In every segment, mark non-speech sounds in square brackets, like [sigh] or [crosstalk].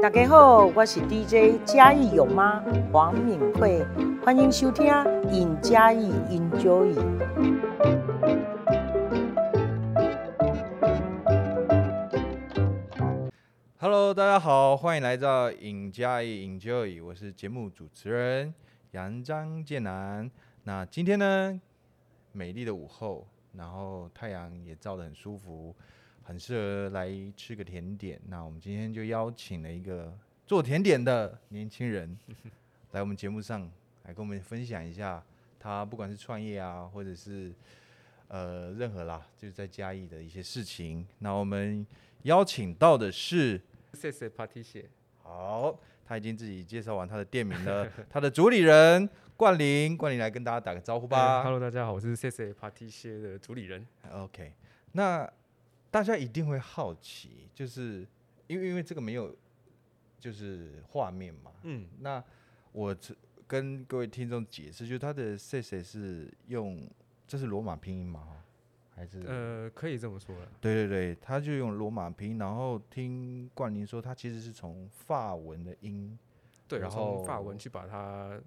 大家好，我是 DJ 嘉义勇妈黄敏慧，欢迎收听《尹嘉义 Enjoy》。 Hello，大家好，欢迎来到尹嘉义 Enjoy，我是节目主持人杨张建南。那今天呢，美丽的午后，然后太阳也照得很舒服，很适合来吃个甜点。那我们今天就邀请了一个做甜点的年轻 [laughs] 人来我们节目上来跟我们分享一下，他不管是创业啊，或者是呃任何啦，就是在嘉义的一些事情。那我们邀请到的是。谢谢 p a t i s 好，他已经自己介绍完他的店名了， [laughs] 他的主理人冠霖，冠霖来跟大家打个招呼吧。 Hello，大家好，我是谢谢 p a t i s 的主理人。 OK，那大家一定会好奇，就是因为因为这个没有就是画面嘛，嗯，那我只跟各位听众解释，就是他的 C C 是用这是罗马拼音吗？哈还是呃，可以这么说了。对对对，他就用罗马拼音，然后听冠霖说，他其实是从法文的音对，然然后后法文去把它，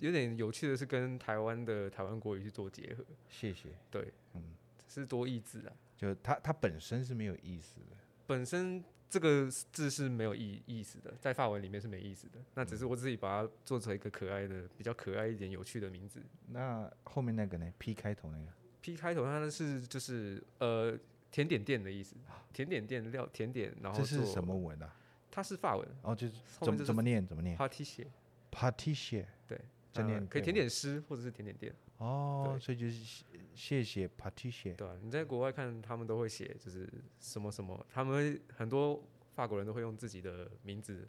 有点有趣的是跟台湾的台湾国语去做结合，谢谢。对，嗯是多义字啊。就它它本身是没有意思的。本身这个字是没有意意思的，在法文里面是没意思的。那嗯只是我自己把它做成一个可爱的、比较可爱一点、有趣的名字。那后面那个呢？P 开头那个 P 开头，它呢是就是呃甜点店的意思，甜点店料甜点，然啊后这是做什？么文啊？它是法文哦，就是怎后面么就是怎么念怎么念 p a t i s s e ？Patissier 对，这呃念可对以甜吗点师或者是甜点店，哦，对所以就是谢谢谢 Patissier 对吧、啊你在国外看他们都会写，就是什么什么，他们会很多法国人都会用自己的名字，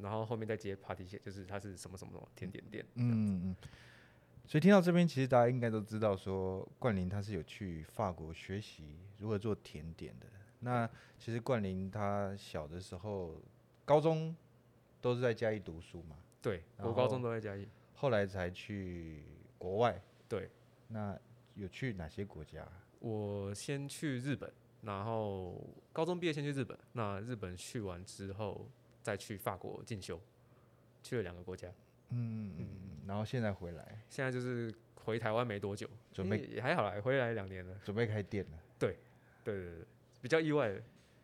然后后面再接 party 写，就是它是什么什么什么甜点店。嗯嗯。所以听到这边，其实大家应该都知道说冠霖他是有去法国学习如何做甜点的。那其实冠霖他小的时候，高中都是在家里读书嘛，对，然我高中后都在嘉义。后来才去国外。对那有去哪些国家？我先去日本，然后高中毕业先去日本，那日本去完之后再去法国进修，去了两个国家。嗯，嗯嗯，然后现在回来，现在就是回台湾没多久，准备诶也还好啦，回来两年了。准备开店了。对对对，比较意外，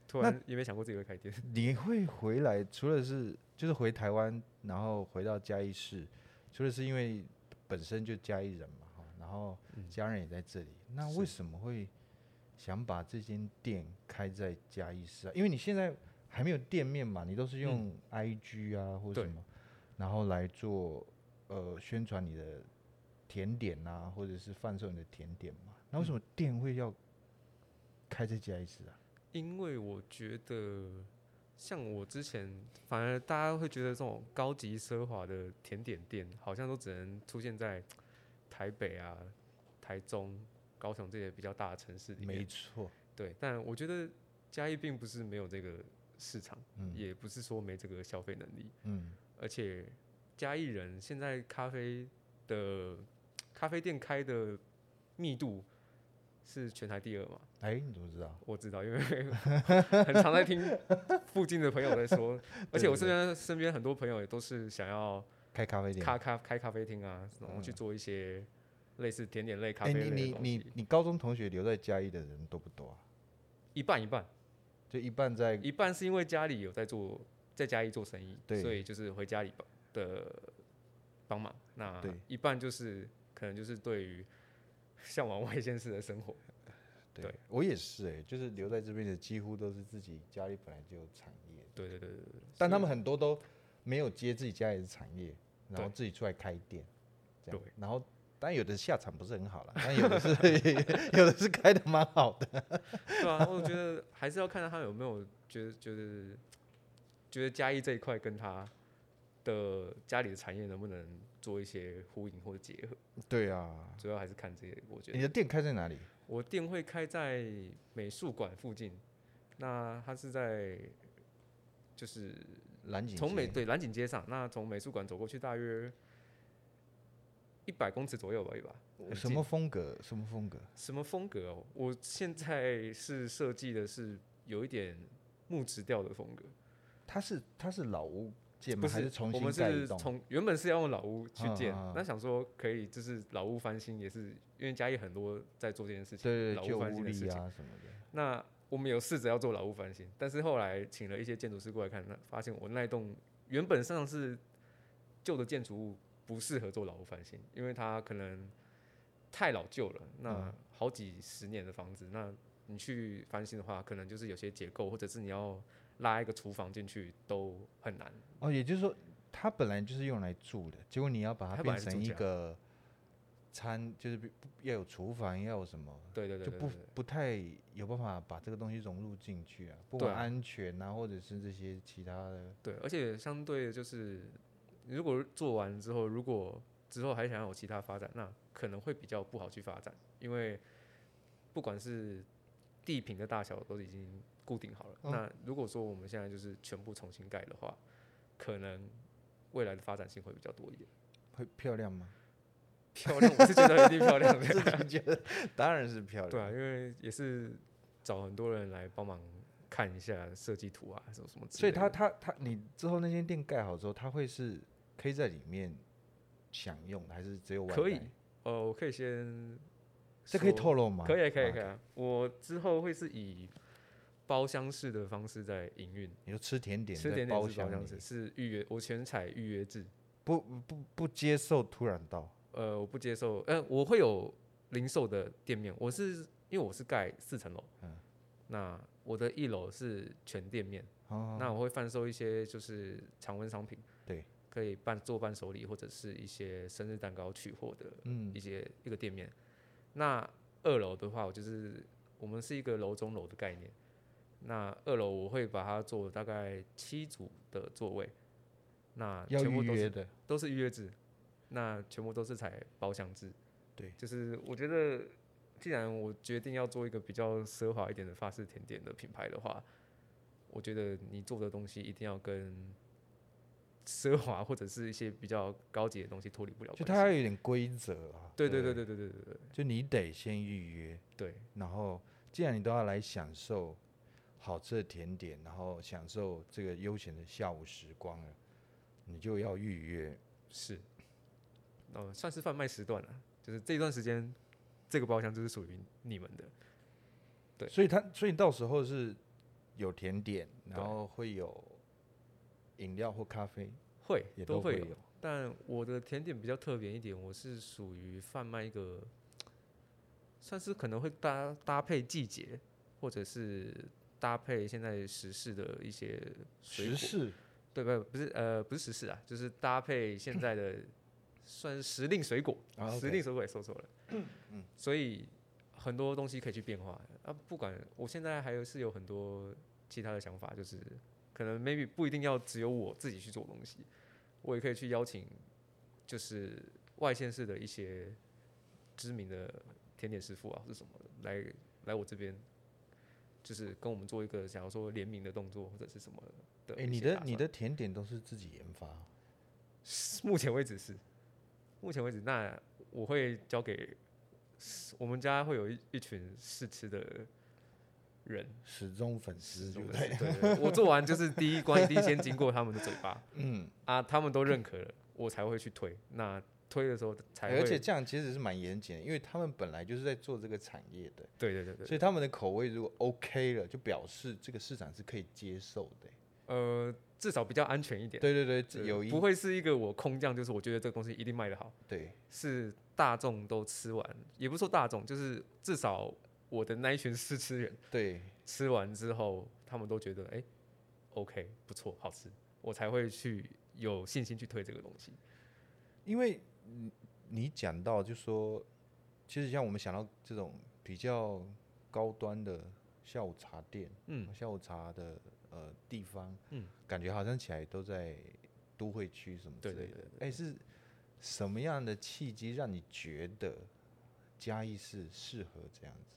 突那然也没想过自己会开店。你会回来，除了是就是回台湾，然后回到嘉义市，除了是因为本身就嘉义人嘛，哈，然后嗯家人也在这里，那为什么会想把这间店开在嘉义市啊？因为你现在还没有店面嘛，你都是用 IG 啊或者嗯对什么，然后来做呃宣传你的甜点啊，或者是贩售你的甜点嘛。那为什么店会要开在嘉义市啊？ [laughs] 因为我觉得，像我之前，反而大家会觉得这种高级奢华的甜点店，好像都只能出现在台北啊、台中、高雄这些比较大的城市里没面。错，对，但我觉得嘉义并不是没有这个市场，嗯也不是说没这个消费能力，嗯。而且嘉义人现在咖啡的咖啡店开的密度是全台第二嘛。哎、你怎么知道？我知道，因为很常在听附近的朋友在说，而且我身边身边很多朋友也都是想要开咖啡店。咖咖开咖啡厅啊，然后去做一些类似甜点类、嗯咖哎、你啡类的你东西你，你高中同学留在嘉义的人多不多啊？一半一半，就一半在一半是因为家里有在做，在家里做生意，对所以就是回家里帮的帮忙，那对一半就是可能就是对于向往外县市的生活，对对我也是哎、就是留在这边的几乎都是自己家里本来就有产业， [laughs] 对对对对对，但所他以们很多都没有接自己家里的产业，然后对自己出来开店，这样对。然后当然有的下场不是很好了，但有的是 [laughs] 有的是开的蛮好的。对啊，我觉得还是要看他有没有觉得觉得觉得嘉义这一块跟他的家里的产业能不能做一些呼应或者结合，对啊，主要还是看这些。我觉你得的店开在哪里？我店会开在美术馆附近，那它是在就是蓝景从美街对蓝景街上，那从美术馆走过去大约一百公尺左右吧，对吧？很什近么风格？什么风格？什么风格哦？我现在是设计的是有一点木质调的风格。它它是它是老屋建不吗？还是重我们新盖一是栋？从原本是要用老屋去建嗯嗯嗯，那想说可以就是老屋翻新，也是因为嘉义很多在做这件事情，对对老对，旧屋翻屋新的事力情。啊什么的。那我们有试着要做老屋翻新，但是后来请了一些建筑师过来看，那发现我那一栋原本上是旧的建筑物不适合做老屋翻新，因为它可能太老旧了，嗯那好几十年的房子，那你去翻新的话，可能就是有些结构，或者是你要拉一个厨房进去都很难。哦，也就是说，它本来就是用来住的，结果你要把它它变本来是成住一家个餐，就是不不要有厨房，要有什么，对对对就对不对对不太有办法把这个东西融入进去啊，不对管啊安全啊，或者是这些其他的。对，而且相对的就是，如果做完之后，如果之后还想要有其他发展，那可能会比较不好去发展，因为不管是地坪的大小都已经固定好了。嗯那如果说我们现在就是全部重新盖的话，可能未来的发展性会比较多一点。会漂亮 [laughs] 吗？漂亮，我是觉得一定漂亮的，自己觉得当然是漂亮。 [laughs] 对啊，因为也是找很多人来帮忙看一下设计图啊，什么什么之所以类它的。它它，你之后那间店盖好之后，它会是可以在里面享用的，还是只有外可以带，呃，我可以先，这可以透露吗？可以啊，可以啊，可以啊。啊！我之后会是以包厢式的方式在营运，你就吃甜点，吃点点是包包厢厢里，式，是预约，我全采预约制。不不不接受突然到。呃，我不接受，呃，我会有零售的店面，我是因为我是盖四层楼，嗯那我的一楼是全店面，哦，那我会贩售一些就是常温商品，对，可以伴做伴手礼或者是一些生日蛋糕取货的嗯一些、一个店面。那二楼的话，我就是我们是一个楼中楼的概念。那二楼我会把它做大概七组的座位，那要全部预都约是的，都是预约制，那全部都是采包厢制。对就是我觉得，既然我决定要做一个比较奢华一点的法式甜点的品牌的话，我觉得你做的东西一定要跟奢华或者是一些比较高级的东西脱离不了就关系。它要有点规则啊。对对对对不对对对对对就你得先预约，对然后既然你都要来享受好吃的甜点，然后享受这个悠闲的下午时光了，你就要预约。是，呃，算是贩卖时段了、啊就是这段时间，这个包厢就是属于你们的。对所以它，所以到时候是有甜点，然对后会有饮料或咖啡，会也都会会有。但我的甜点比较特别一点，我是属于贩卖一个，算是可能会搭搭配季节，或者是搭配现在时事的一些水时果，事对不不是呃不是时事啊，就是搭配现 [laughs] 在的算是时令水果，啊时，OK 令水果也说错了，嗯，所以很多东西可以去变化啊。不管我现在还有是有很多其他的想法，就是可能 maybe 不一定要只有我自己去做东西，我也可以去邀请，就是外县市的一些知名的甜点师傅啊，或是什么的，来来我这边，就是跟我们做一个想要说联名的动作或者是什么的哎，一你些打的算。你的甜点都是自己研发哦，目前为止是，目前为止，那我会交给我们家会有一一群试吃的人，始终粉丝对就不对对？ [laughs] 对我做完就是第一关，一定先经过他们的嘴巴， [laughs] 嗯啊，他们都认可了，我才会去推。那推的时候才会，而且这样其实是蛮严谨的，因为他们本来就是在做这个产业的，对对对对，所以他们的口味如果 OK 了，就表示这个市场是可以接受的。呃，至少比较安全一点，对对对，这有一不会是一个我空降，就是我觉得这个东西一定卖得好。对是大众都吃完，也不是说大众，就是至少我的那一群试吃人对，吃完之后，他们都觉得哎、o k 不错，好吃，我才会去有信心去推这个东西。因为你你讲到就说，其实像我们想到这种比较高端的下午茶店，嗯，下午茶的呃地方，嗯，感觉好像起来都在都会区什么之对类的。对对对哎、是什么样的契机让你觉得嘉义是适合这样子？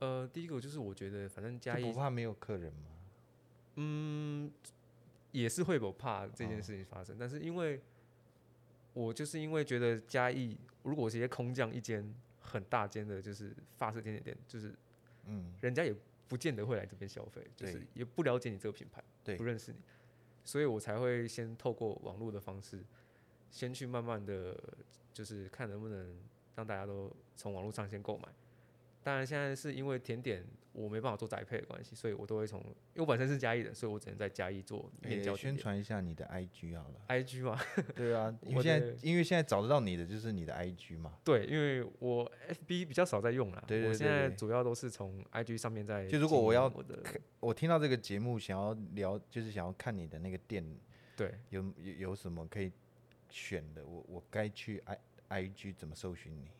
呃，第一个就是我觉得，反正就嘉不义，怕没有客人吗？嗯，也是会有怕这件事情发哦生，但是因为我就是因为觉得嘉义，如果直接空降一间很大间的，就是法式甜点店，就是嗯，人家也不见得会来这边消费，就对是也不了解你这个品牌，对不认识你，所以我才会先透过网络的方式，先去慢慢的，就是看能不能让大家都从网络上先购买。当然，现在是因为甜点我没办法做宅配的关系，所以我都会从，因为我本身是嘉义人，所以我只能在嘉义做面也交宣传一下你的 IG [laughs] 好了。 IG 嘛，对啊，因为我现的在因为现在找得到你的就是你的 IG 嘛，对，因为我 FB 比较少在用啦，对对我对现在对主要都是从 IG 上面在经营就的。如果我要我的我听到这个节目，想要聊，就是想要看你的那个店对，有有有什么可以选的，我我该去 i i g 怎么搜寻你？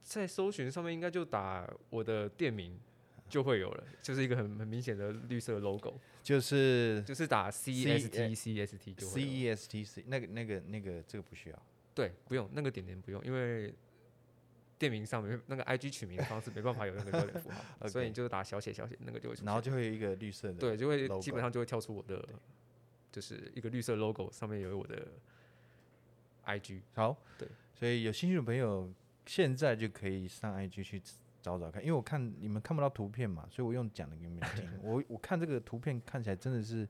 在搜寻上面应该就打我的店名就会有了，就是一个很很明显的绿色的 logo，就是就是打 CST CST 就 c 会有了。 e s t c 那个那个那个这个不需要，对，不用那个点点不用，因为店名上面那个 IG 取名的方式没办法有那个标点符号， [laughs] 所以 OK 你就打小写小写那个就会出然后现。就会有一个绿色的，对，就会基 logo 本上就会跳出我的，就是一个绿色 logo 上面有我的 IG。好，对，所以有兴趣的朋友现在就可以上 IG 去找找看，因为我看你们看不到图片嘛，所以我用讲的给你们 [laughs] 听。我我看这个图片看起来真的是，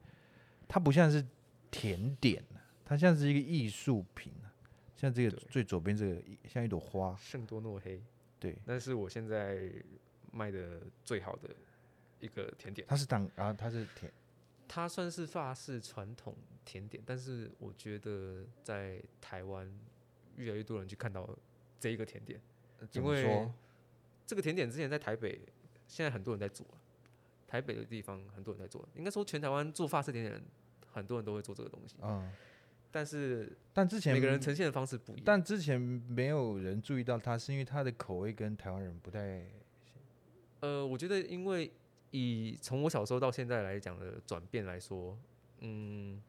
它不像是甜点啊它像是一个艺术品啊像这个对最左边这个一像一朵花，圣多诺黑，对，那是我现在卖的最好的一个甜点。它是当啊它是甜，它算是法式传统甜点，但是我觉得在台湾越来越多人去看到这一个甜点。呃怎因么为说？这个甜点之前在台北，现在很多人在做了，台北的地方很多人在做，应该说全台湾做法式甜点的人，很多人都会做这个东西，嗯，但是但之前每个人呈现的方式不一样。但之前没有人注意到它，是因为它的口味跟台湾人不太呃，我觉得因为以从我小时候到现在来讲的转变来说，嗯，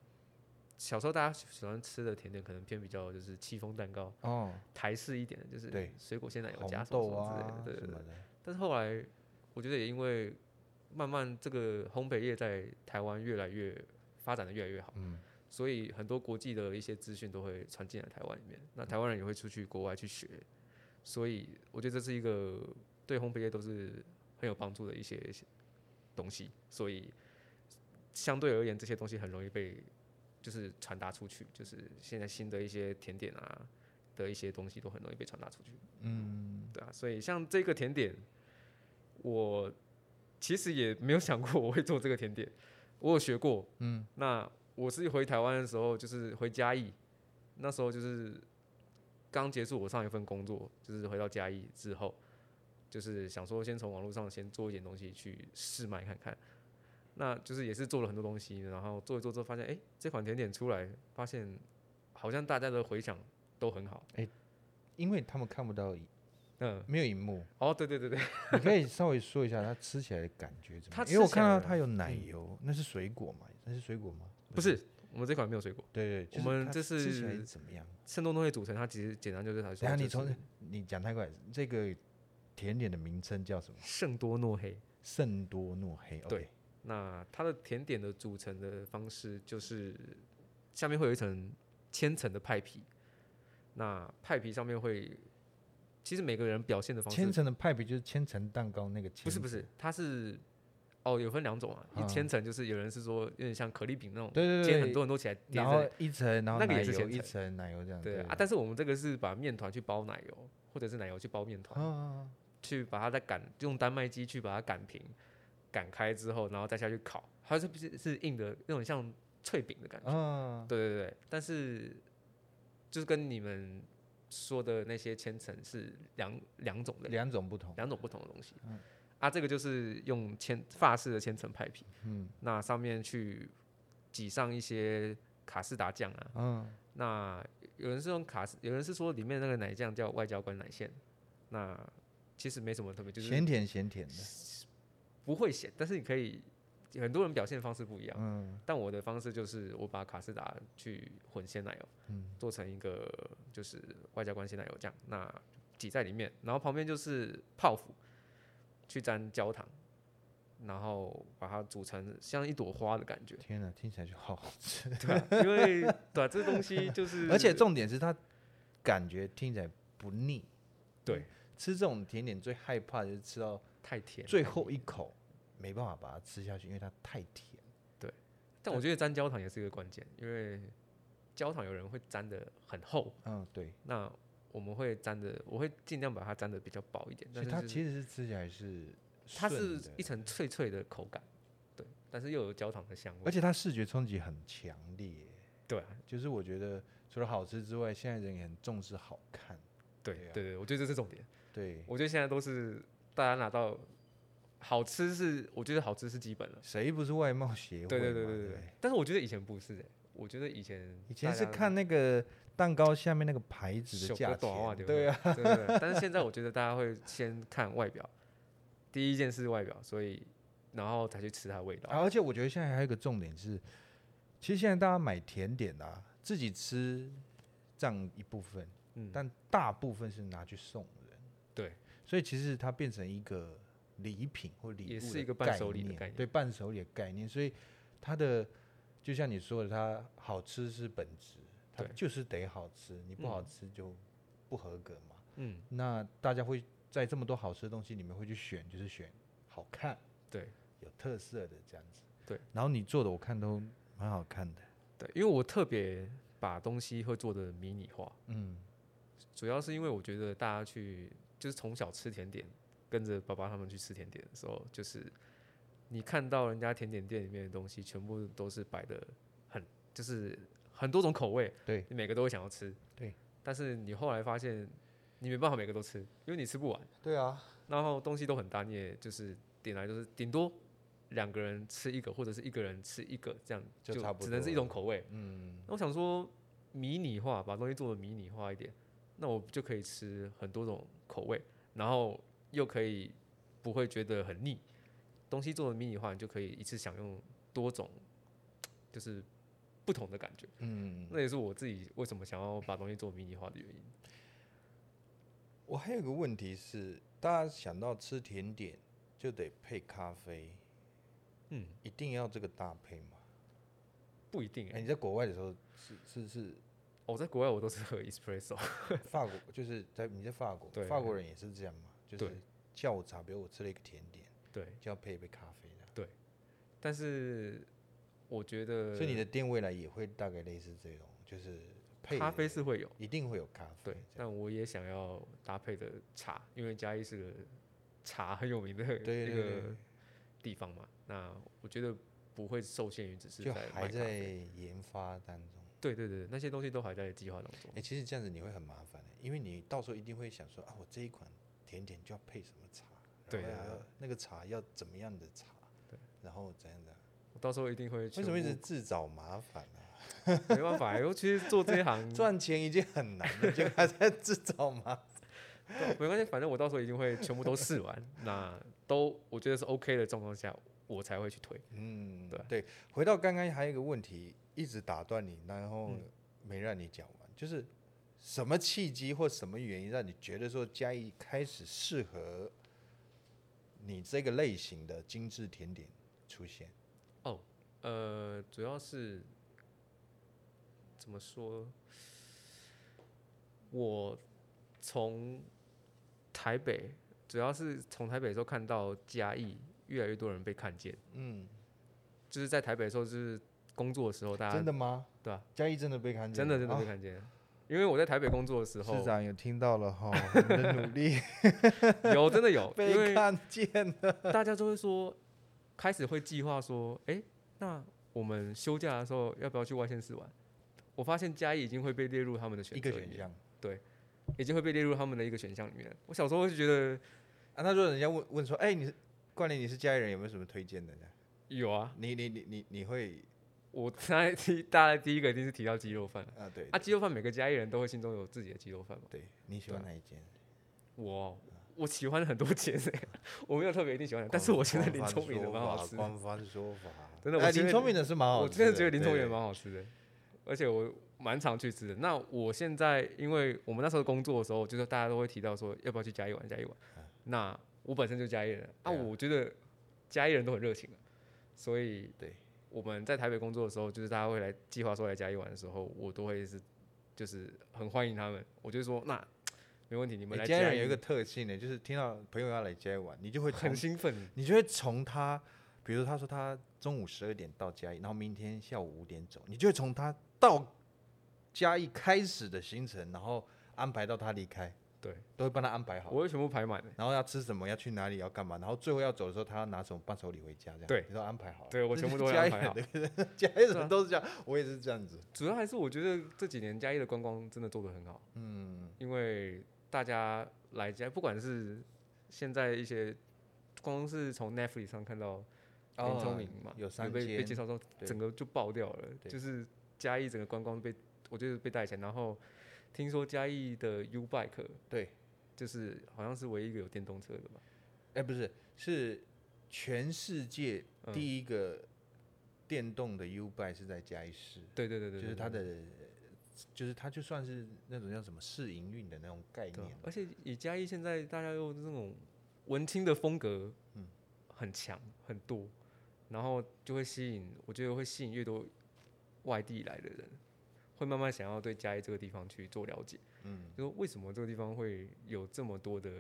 小时候大家喜欢吃的甜点可能偏比较就是戚风蛋糕。哦，台式一点的，就是对水果鲜奶油红加什么豆什么之类啊的，对什对么对。的，但是后来我觉得也因为慢慢这个烘焙业在台湾越来越发展的越来越好，嗯。所以很多国际的一些资讯都会传进来台湾里面，那台湾人也会出去国外去学，所以我觉得这是一个对烘焙业都是很有帮助的一些东西，所以相对而言，这些东西很容易被就是传达出去，就是现在新的一些甜点啊的一些东西都很容易被传达出去，嗯，对啊，所以像这个甜点，我其实也没有想过我会做这个甜点，我有学过，嗯，那我是回台湾的时候，就是回嘉义，那时候就是刚结束我上一份工作，就是回到嘉义之后，就是想说先从网络上先做一点东西去试卖看看。那就是也是做了很多东西，然后做一做之后发现，哎、这款甜点出来，发现好像大家的回响都很好。因为他们看不到荧，嗯，没有荧幕，哦，对对对对，你可以稍微说一下它吃起来的感觉怎么它样？因为我吃起来看到的它有奶油，那是水果嘛？那是水果吗？不是我们这款没有水果，对对，就我们它这吃起来是怎么样？圣多诺会组成，它其实简单就是它说等一下就你从是你讲太快，这个甜点的名称叫什么？圣多诺黑。圣多诺黑。对，那它的甜点的组成的方式就是下面会有一层千层的派皮，那派皮上面会，其实每个人表现的方千式层的派皮就是千层蛋糕那个千。不是不是，它是哦有分两种啊，啊一千层就是有人是说有点像可丽饼那种，对对对煎很多很多起来叠然后在，一层，然后那个奶也是油千一层层奶油这样。对啊，但是我们这个是把面团去包奶油，或者是奶油去包面团，啊，去把它再擀，用丹麦机去把它擀平，擀开之后，然后再下去烤，它是不是是硬的那种像脆饼的感觉？啊，对对对，但是就是跟你们说的那些千层是两两种类，两种嗯不同。两种不同的东西。啊，这个就是用千法式的千层派皮，嗯，那上面去挤上一些卡士达酱啊，嗯，那有人是用卡士，有人是说里面那个奶酱叫外交官奶馅，那其实没什么特别，就是咸甜咸甜的。不会写，但是你可以，很多人表现方式不一样。嗯，。但我的方式就是我把卡士达去混鲜奶油，做成一个就是外加关鲜奶油酱，那挤在里面，然后旁边就是泡芙，去沾焦糖，然后把它煮成像一朵花的感觉 [laughs] 天哪，听起来就好好吃。对啊、因为对、啊、这东西就是，而且重点是它感觉听起来不腻。对，吃这种甜点最害怕就是吃到太甜，最后一口没办法把它吃下去，因为它太甜。但但我觉得粘焦糖也是一个关键，因为焦糖有人会粘的很厚，嗯，对，那我们会粘的，我会尽量把它粘的比较薄一点。所但以是它就是其实是吃起来是它顺是的一层脆脆的口感，对，但是又有焦糖的香味。而且它视觉冲击很强烈。对啊，就是我觉得除了好吃之外，现在人也很重视好看。对对啊对对，我觉得这是重点。对，我觉得现在都是大家拿到好吃是，我觉得好吃是基本了。谁不是外貌协会嘛？对对对对对不对。但是我觉得以前不是、欸，我觉得以前以前大是家看那个蛋糕下面那个牌子的小价个短袜钱，对不对啊，对对对。但是现在我觉得大家会先看外表，第一件事外表，所以然后才去吃它的味道。啊而且我觉得现在还有一个重点是，其实现在大家买甜点啊，自己吃占一部分，嗯，但大部分是拿去送人，对，所以其实它变成一个礼品或礼物的也是一个伴手礼的概念对伴手礼的概念，所以它的就像你说的，它好吃是本质，它对就是得好吃，你不好嗯吃就不合格嘛。嗯，那大家会在这么多好吃的东西里面会去选，就是选好看、对有特色的这样子。对，然后你做的我看都蛮好看的，对，因为我特别把东西会做的迷你化，嗯，主要是因为我觉得大家去就是从小吃甜点，跟着爸爸他们去吃甜点的时候，就是你看到人家甜点店里面的东西，全部都是摆的很就是很多种口味，对你每个都会想要吃，对。但是你后来发现你没办法每个都吃，因为你吃不完，对啊，然后东西都很大，你也就是点来就是顶多两个人吃一个，或者是一个人吃一个，这样就差不只能多是一了种口味。嗯，那我想说，迷你化，把东西做的迷你化一点，那我就可以吃很多种口味，然后又可以不会觉得很腻。东西做的迷你化，你就可以一次享用多种，就是不同的感觉。嗯，那也是我自己为什么想要把东西做迷你化的原因。我还有个问题是，大家想到吃甜点就得配咖啡，嗯，一定要这个搭配吗？不一定哎、哎、你在国外的时候是是是 [laughs] 我、在国外我都是喝 espresso， [laughs] 法国，就是在你在法国，对法国人也是这样嘛，就是对下午茶，比如我吃了一个甜点，对，就要配一杯咖啡的。但是我觉得，所以你的店未来也会大概类似这种，就是配咖着啡是会有。一定会有咖啡对这，样。但我也想要搭配的茶，因为嘉义是个茶很有名的对一对对个地方嘛。那我觉得不会受限于只是就在还卖咖在啡。研发当中。对对对，那些东西都还在计划当中哎、。其实这样子你会很麻烦、的，因为你到时候一定会想说啊，我这一款甜点就要配什么茶，对然后对要对那个茶要怎么样的茶，对，然后怎样的，我到时候一定会为全什部。么一直自找麻烦呢、啊？，没办法、尤其是做这一行赚钱已经很难了，就还在自找麻烦。 [laughs] 没关系，反正我到时候一定会全部都试完。那都我觉得是 OK 的状况下，我才会去推。嗯，对啊对。回到刚刚还有一个问题，一直打断你，然后嗯没让你讲完，就是什么契机或什么原因让你觉得说嘉义开始适合你这个类型的精致甜点出现？哦呃，主要是怎么说？我从台北，主要是从台北的时候看到嘉义越来越多人被看见，嗯，就是在台北的时候，就是工作的时候，大家真的吗？对啊，嘉义真的被看见了，真的真的被啊看见。因为我在台北工作的市时候，长有听到了 [laughs] 哈，我们的努力有真的有，因 [laughs] 被为看见了。 [laughs] 大家都会说，开始会计划说，哎、那我们休假的时候要不要去外县市玩？我发现嘉义已经会被列入他们的选一择个里选面项已经会被列入他们的一个选项里面。我小时候就觉得啊，那如果人家问问说，哎、你是冠霖，你是嘉义人，有没有什么推荐的呢？有啊，你你你你你会我刚才第大家第一个一定是提到鸡肉饭啊？对啊，鸡肉饭每个嘉义人都会心中有自己的鸡肉饭嘛。对，你喜对欢啊哪一间？我哦我喜欢很多间、欸， [laughs] 我没有特别一定喜欢的，但是我觉得林聪明的蛮好吃的，官方说法， [laughs] 真的哎我觉林得聪明的是蛮好我吃真的觉得林聪明对的蛮好吃的，而且我蛮常去吃的。那我现在因为我们那时候工作的时候，就是大家都会提到说要不要去嘉义玩，嘉义玩。那我本身就嘉义人啊，嗯对啊我觉得嘉义人都很热情啊，所以对我们在台北工作的时候，就是大家会来计划说来嘉义玩的时候，我都会是就是很欢迎他们。我就说那没问题，你你们来家义人 [laughs] 有一个特性呢，就是听到朋友要来家玩，你就会很从兴奋，你就会从他，比比如他说他中午十二点到嘉义，然后明天下午五点走，你就会从他到嘉义开始的行程，然后安排到他离开，对，都会帮他安排好。我会全部排满的。然后要吃什么，要去哪里，要干嘛，然后最后要走的时候，他要拿什么伴手礼回家，这样对你都安排好了。对我这全部是 [laughs] 都会嘉安义排人好的嘉义人都是这样，我也是这样子。主要还是我觉得这几年嘉义的观光真的做得很好，嗯，因为大家来嘉，不管是现在一些，光是从 Netflix 上看到林聪明嘛，哦有三被被间介绍到对整个就爆掉了，对就是嘉义整个观光被我觉得被带起来，然后听说嘉义的 U Bike 对，就是好像是唯一一个有电动车的吧，哎、不是，是全世界嗯第一个电动的 U bike 是在嘉义市，对对对对，就是对它对的，就是它就算是那种叫什么试营运的那种概对啊念，而且以嘉义现在大家又那种文青的风格，嗯很强很多，然后就会吸引，我觉得会吸引越多外地来的人，会慢慢想要对嘉义这个地方去做了解。嗯，就说为什么这个地方会有这么多的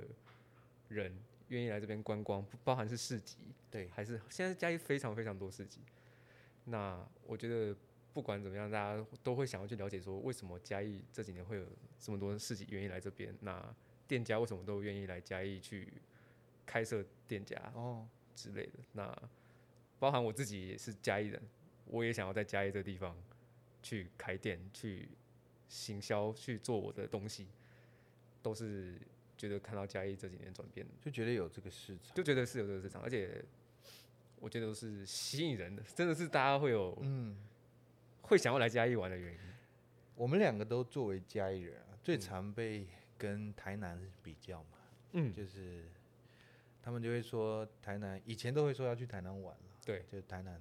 人愿意来这边观光，不包含是市集，对，还是现在嘉义非常非常多市集。那我觉得不管怎么样，大家都会想要去了解说，为什么嘉义这几年会有这么多市集愿意来这边？那店家为什么都愿意来嘉义去开设店家哦，之类的？那包含我自己也是嘉义人，我也想要在嘉义这个地方去开店、去行销、去做我的东西，都是觉得看到嘉义这几年转变的。就觉得有这个市场，就觉得是有这个市场，而且我觉得都是吸引人的，真的是大家会有嗯，会想要来嘉义玩的原因。我们两个都作为嘉义人、啊，最嗯常被跟台南比较嘛，嗯，就是他们就会说台南以前都会说要去台南玩了，对就是台南，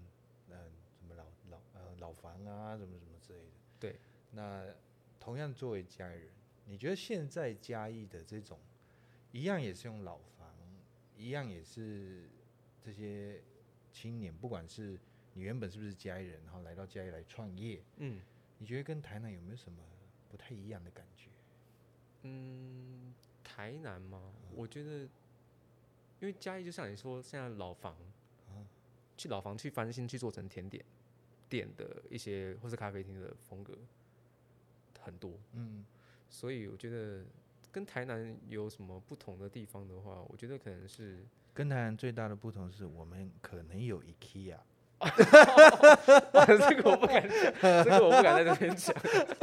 嗯、什么老老呃老房啊，什么什么之类的。对，那同样作为嘉义人，你觉得现在嘉义的这种一样也是用老房，一样也是这些青年，不管是你原本是不是嘉义人，然后来到嘉义来创业，嗯你觉得跟台南有没有什么不太一样的感觉？嗯，台南嘛，我觉得，因为嘉义就像你说，现在老房，去老房去翻新去做成甜点店的一些或是咖啡厅的风格很多，嗯，所以我觉得跟台南有什么不同的地方的话，我觉得可能是。跟台南最大的不同是我们可能有 IKEA。 [laughs] 这个我不敢讲，这个我不敢在这边讲。 [laughs]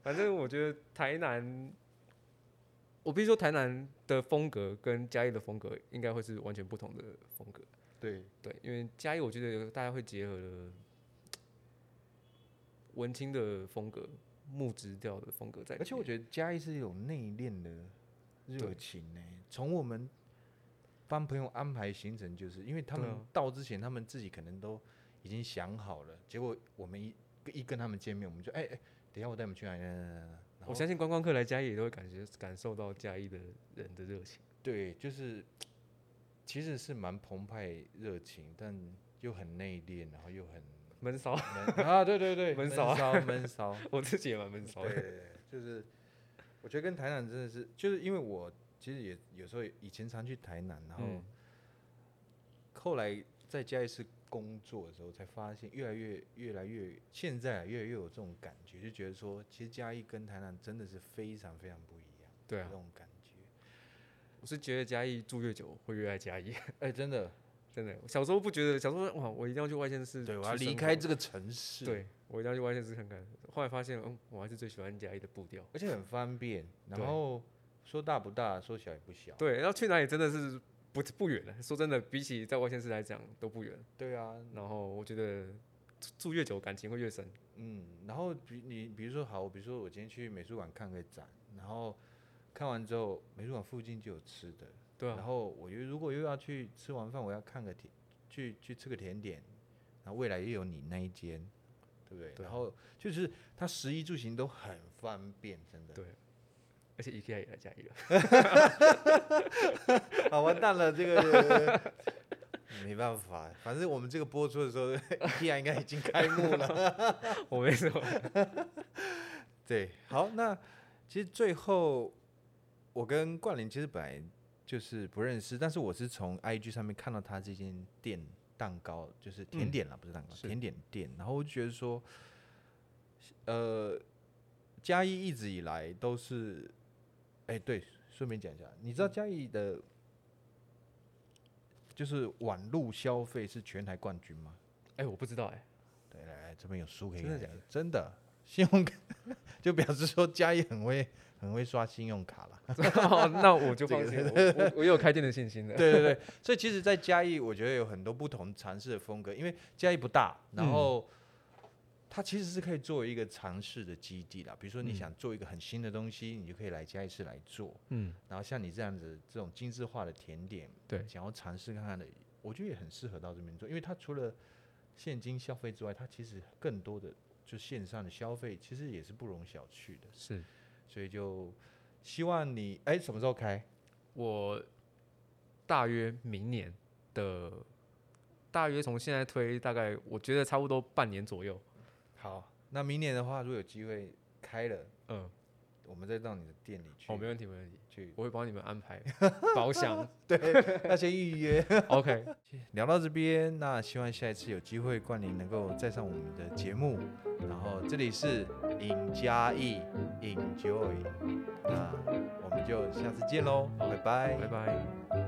反正我觉得台南，我必须说台南的风格跟嘉义的风格应该会是完全不同的风格。对，对，因为嘉义我觉得大家会结合了文青的风格、木质调的风格在里面，而且我觉得嘉义是有内敛的热对情呢、从我们帮朋友安排行程，就是因为他对们啊到之前，他们自己可能都已经想好了，结果我们一一跟他们见面，我们就哎哎、等一下我带你们去哪里？哪哪哪哪哪然我后相信观光客来嘉义也都会感觉感受到嘉义的人的热情。对，就是其实是蛮澎湃热情，但又很内敛，然后又很闷骚， [laughs] 闷 [laughs] 啊，对对对，闷闷骚骚闷骚，我自己也蛮闷骚对的。 [laughs] 嗯对，对就是我觉得跟台南真的是，就是因为我其实也有时候以前常去台南，然后嗯后来在嘉义市工作的时候，才发现越来越越来越现在啊越来越有这种感觉，就觉得说其实嘉义跟台南真的是非常非常不一样，对啊这，种感觉，我是觉得嘉义住越久会越爱嘉义， [laughs] 哎，真的，真的。我小时候不觉得，小时候哇，我一定要去外县市，对，我要离开，这个城市，，对我一定要去外县市看看。后来发现，嗯，我还是最喜欢嘉义的步调。而且很方便，然对后说大不大，说小也不小，对，要去哪里真的是不不远了。说真的，比起在外县市来讲都不远。对啊，然后我觉得住住越久感情会越深。嗯，然后比你比如说好，比如说我今天去美术馆看个展，然后看完之后，美术馆附近就有吃的，对然啊，后我又如果又要去吃完饭，我要看个甜，去去吃个甜点，然后未来又有你那一间，对不对？对啊然后就是它食衣住行都很方便，真的。对而且 IKEA 也来嘉义了。 [laughs] 啊，完蛋了，这个 [laughs] 没办法，反正我们这个播出的时候 [laughs] ，IKEA 应该已经开幕了。我 [laughs] 没说，对，好，那其实最后我跟冠霖其实本来就是不认识，但是我是从 IG 上面看到他这间店蛋糕，就是甜嗯点啦，不是蛋糕，是甜点店，然后我就觉得说，呃，嘉义一直以来都是，哎、对，顺便讲一下，你知道嘉义的，就是网络消费是全台冠军吗？哎、我不知道哎、 [laughs] 对，来来，这边有书可以真的看假一下真的， [laughs] 信用卡就表示说嘉义很会很会刷信用卡 [laughs] 啦。那我就放心了，我我我有开店的信心了。对对对，所以其实，在嘉义，我觉得有很多不同尝试的风格，因为嘉义不大，然嗯后它其实是可以作为一个尝试的基地啦。比如说，你嗯想做一个很新的东西，你就可以来嘉义市来做。嗯，然后像你这样子这种精致化的甜点，对想要尝试看看的，我觉得也很适合到这边做，因为它除了现金消费之外，它其实更多的就线上的消费，其实也是不容小觑的。是所以就希望你哎什么时候开？我大约明年的，大约从现在推，大概我觉得差不多半年左右。好，那明年的话，如果有机会开了，嗯，我们再到你的店里去。哦，没问题，没问题，去我会帮你们安排包厢。要先预约。 OK，聊到这边，那希望下一次有机会冠霖能够再上我们的节目。然后这里是尹嘉义 Enjoy，那我们就下次见喽，拜拜拜拜。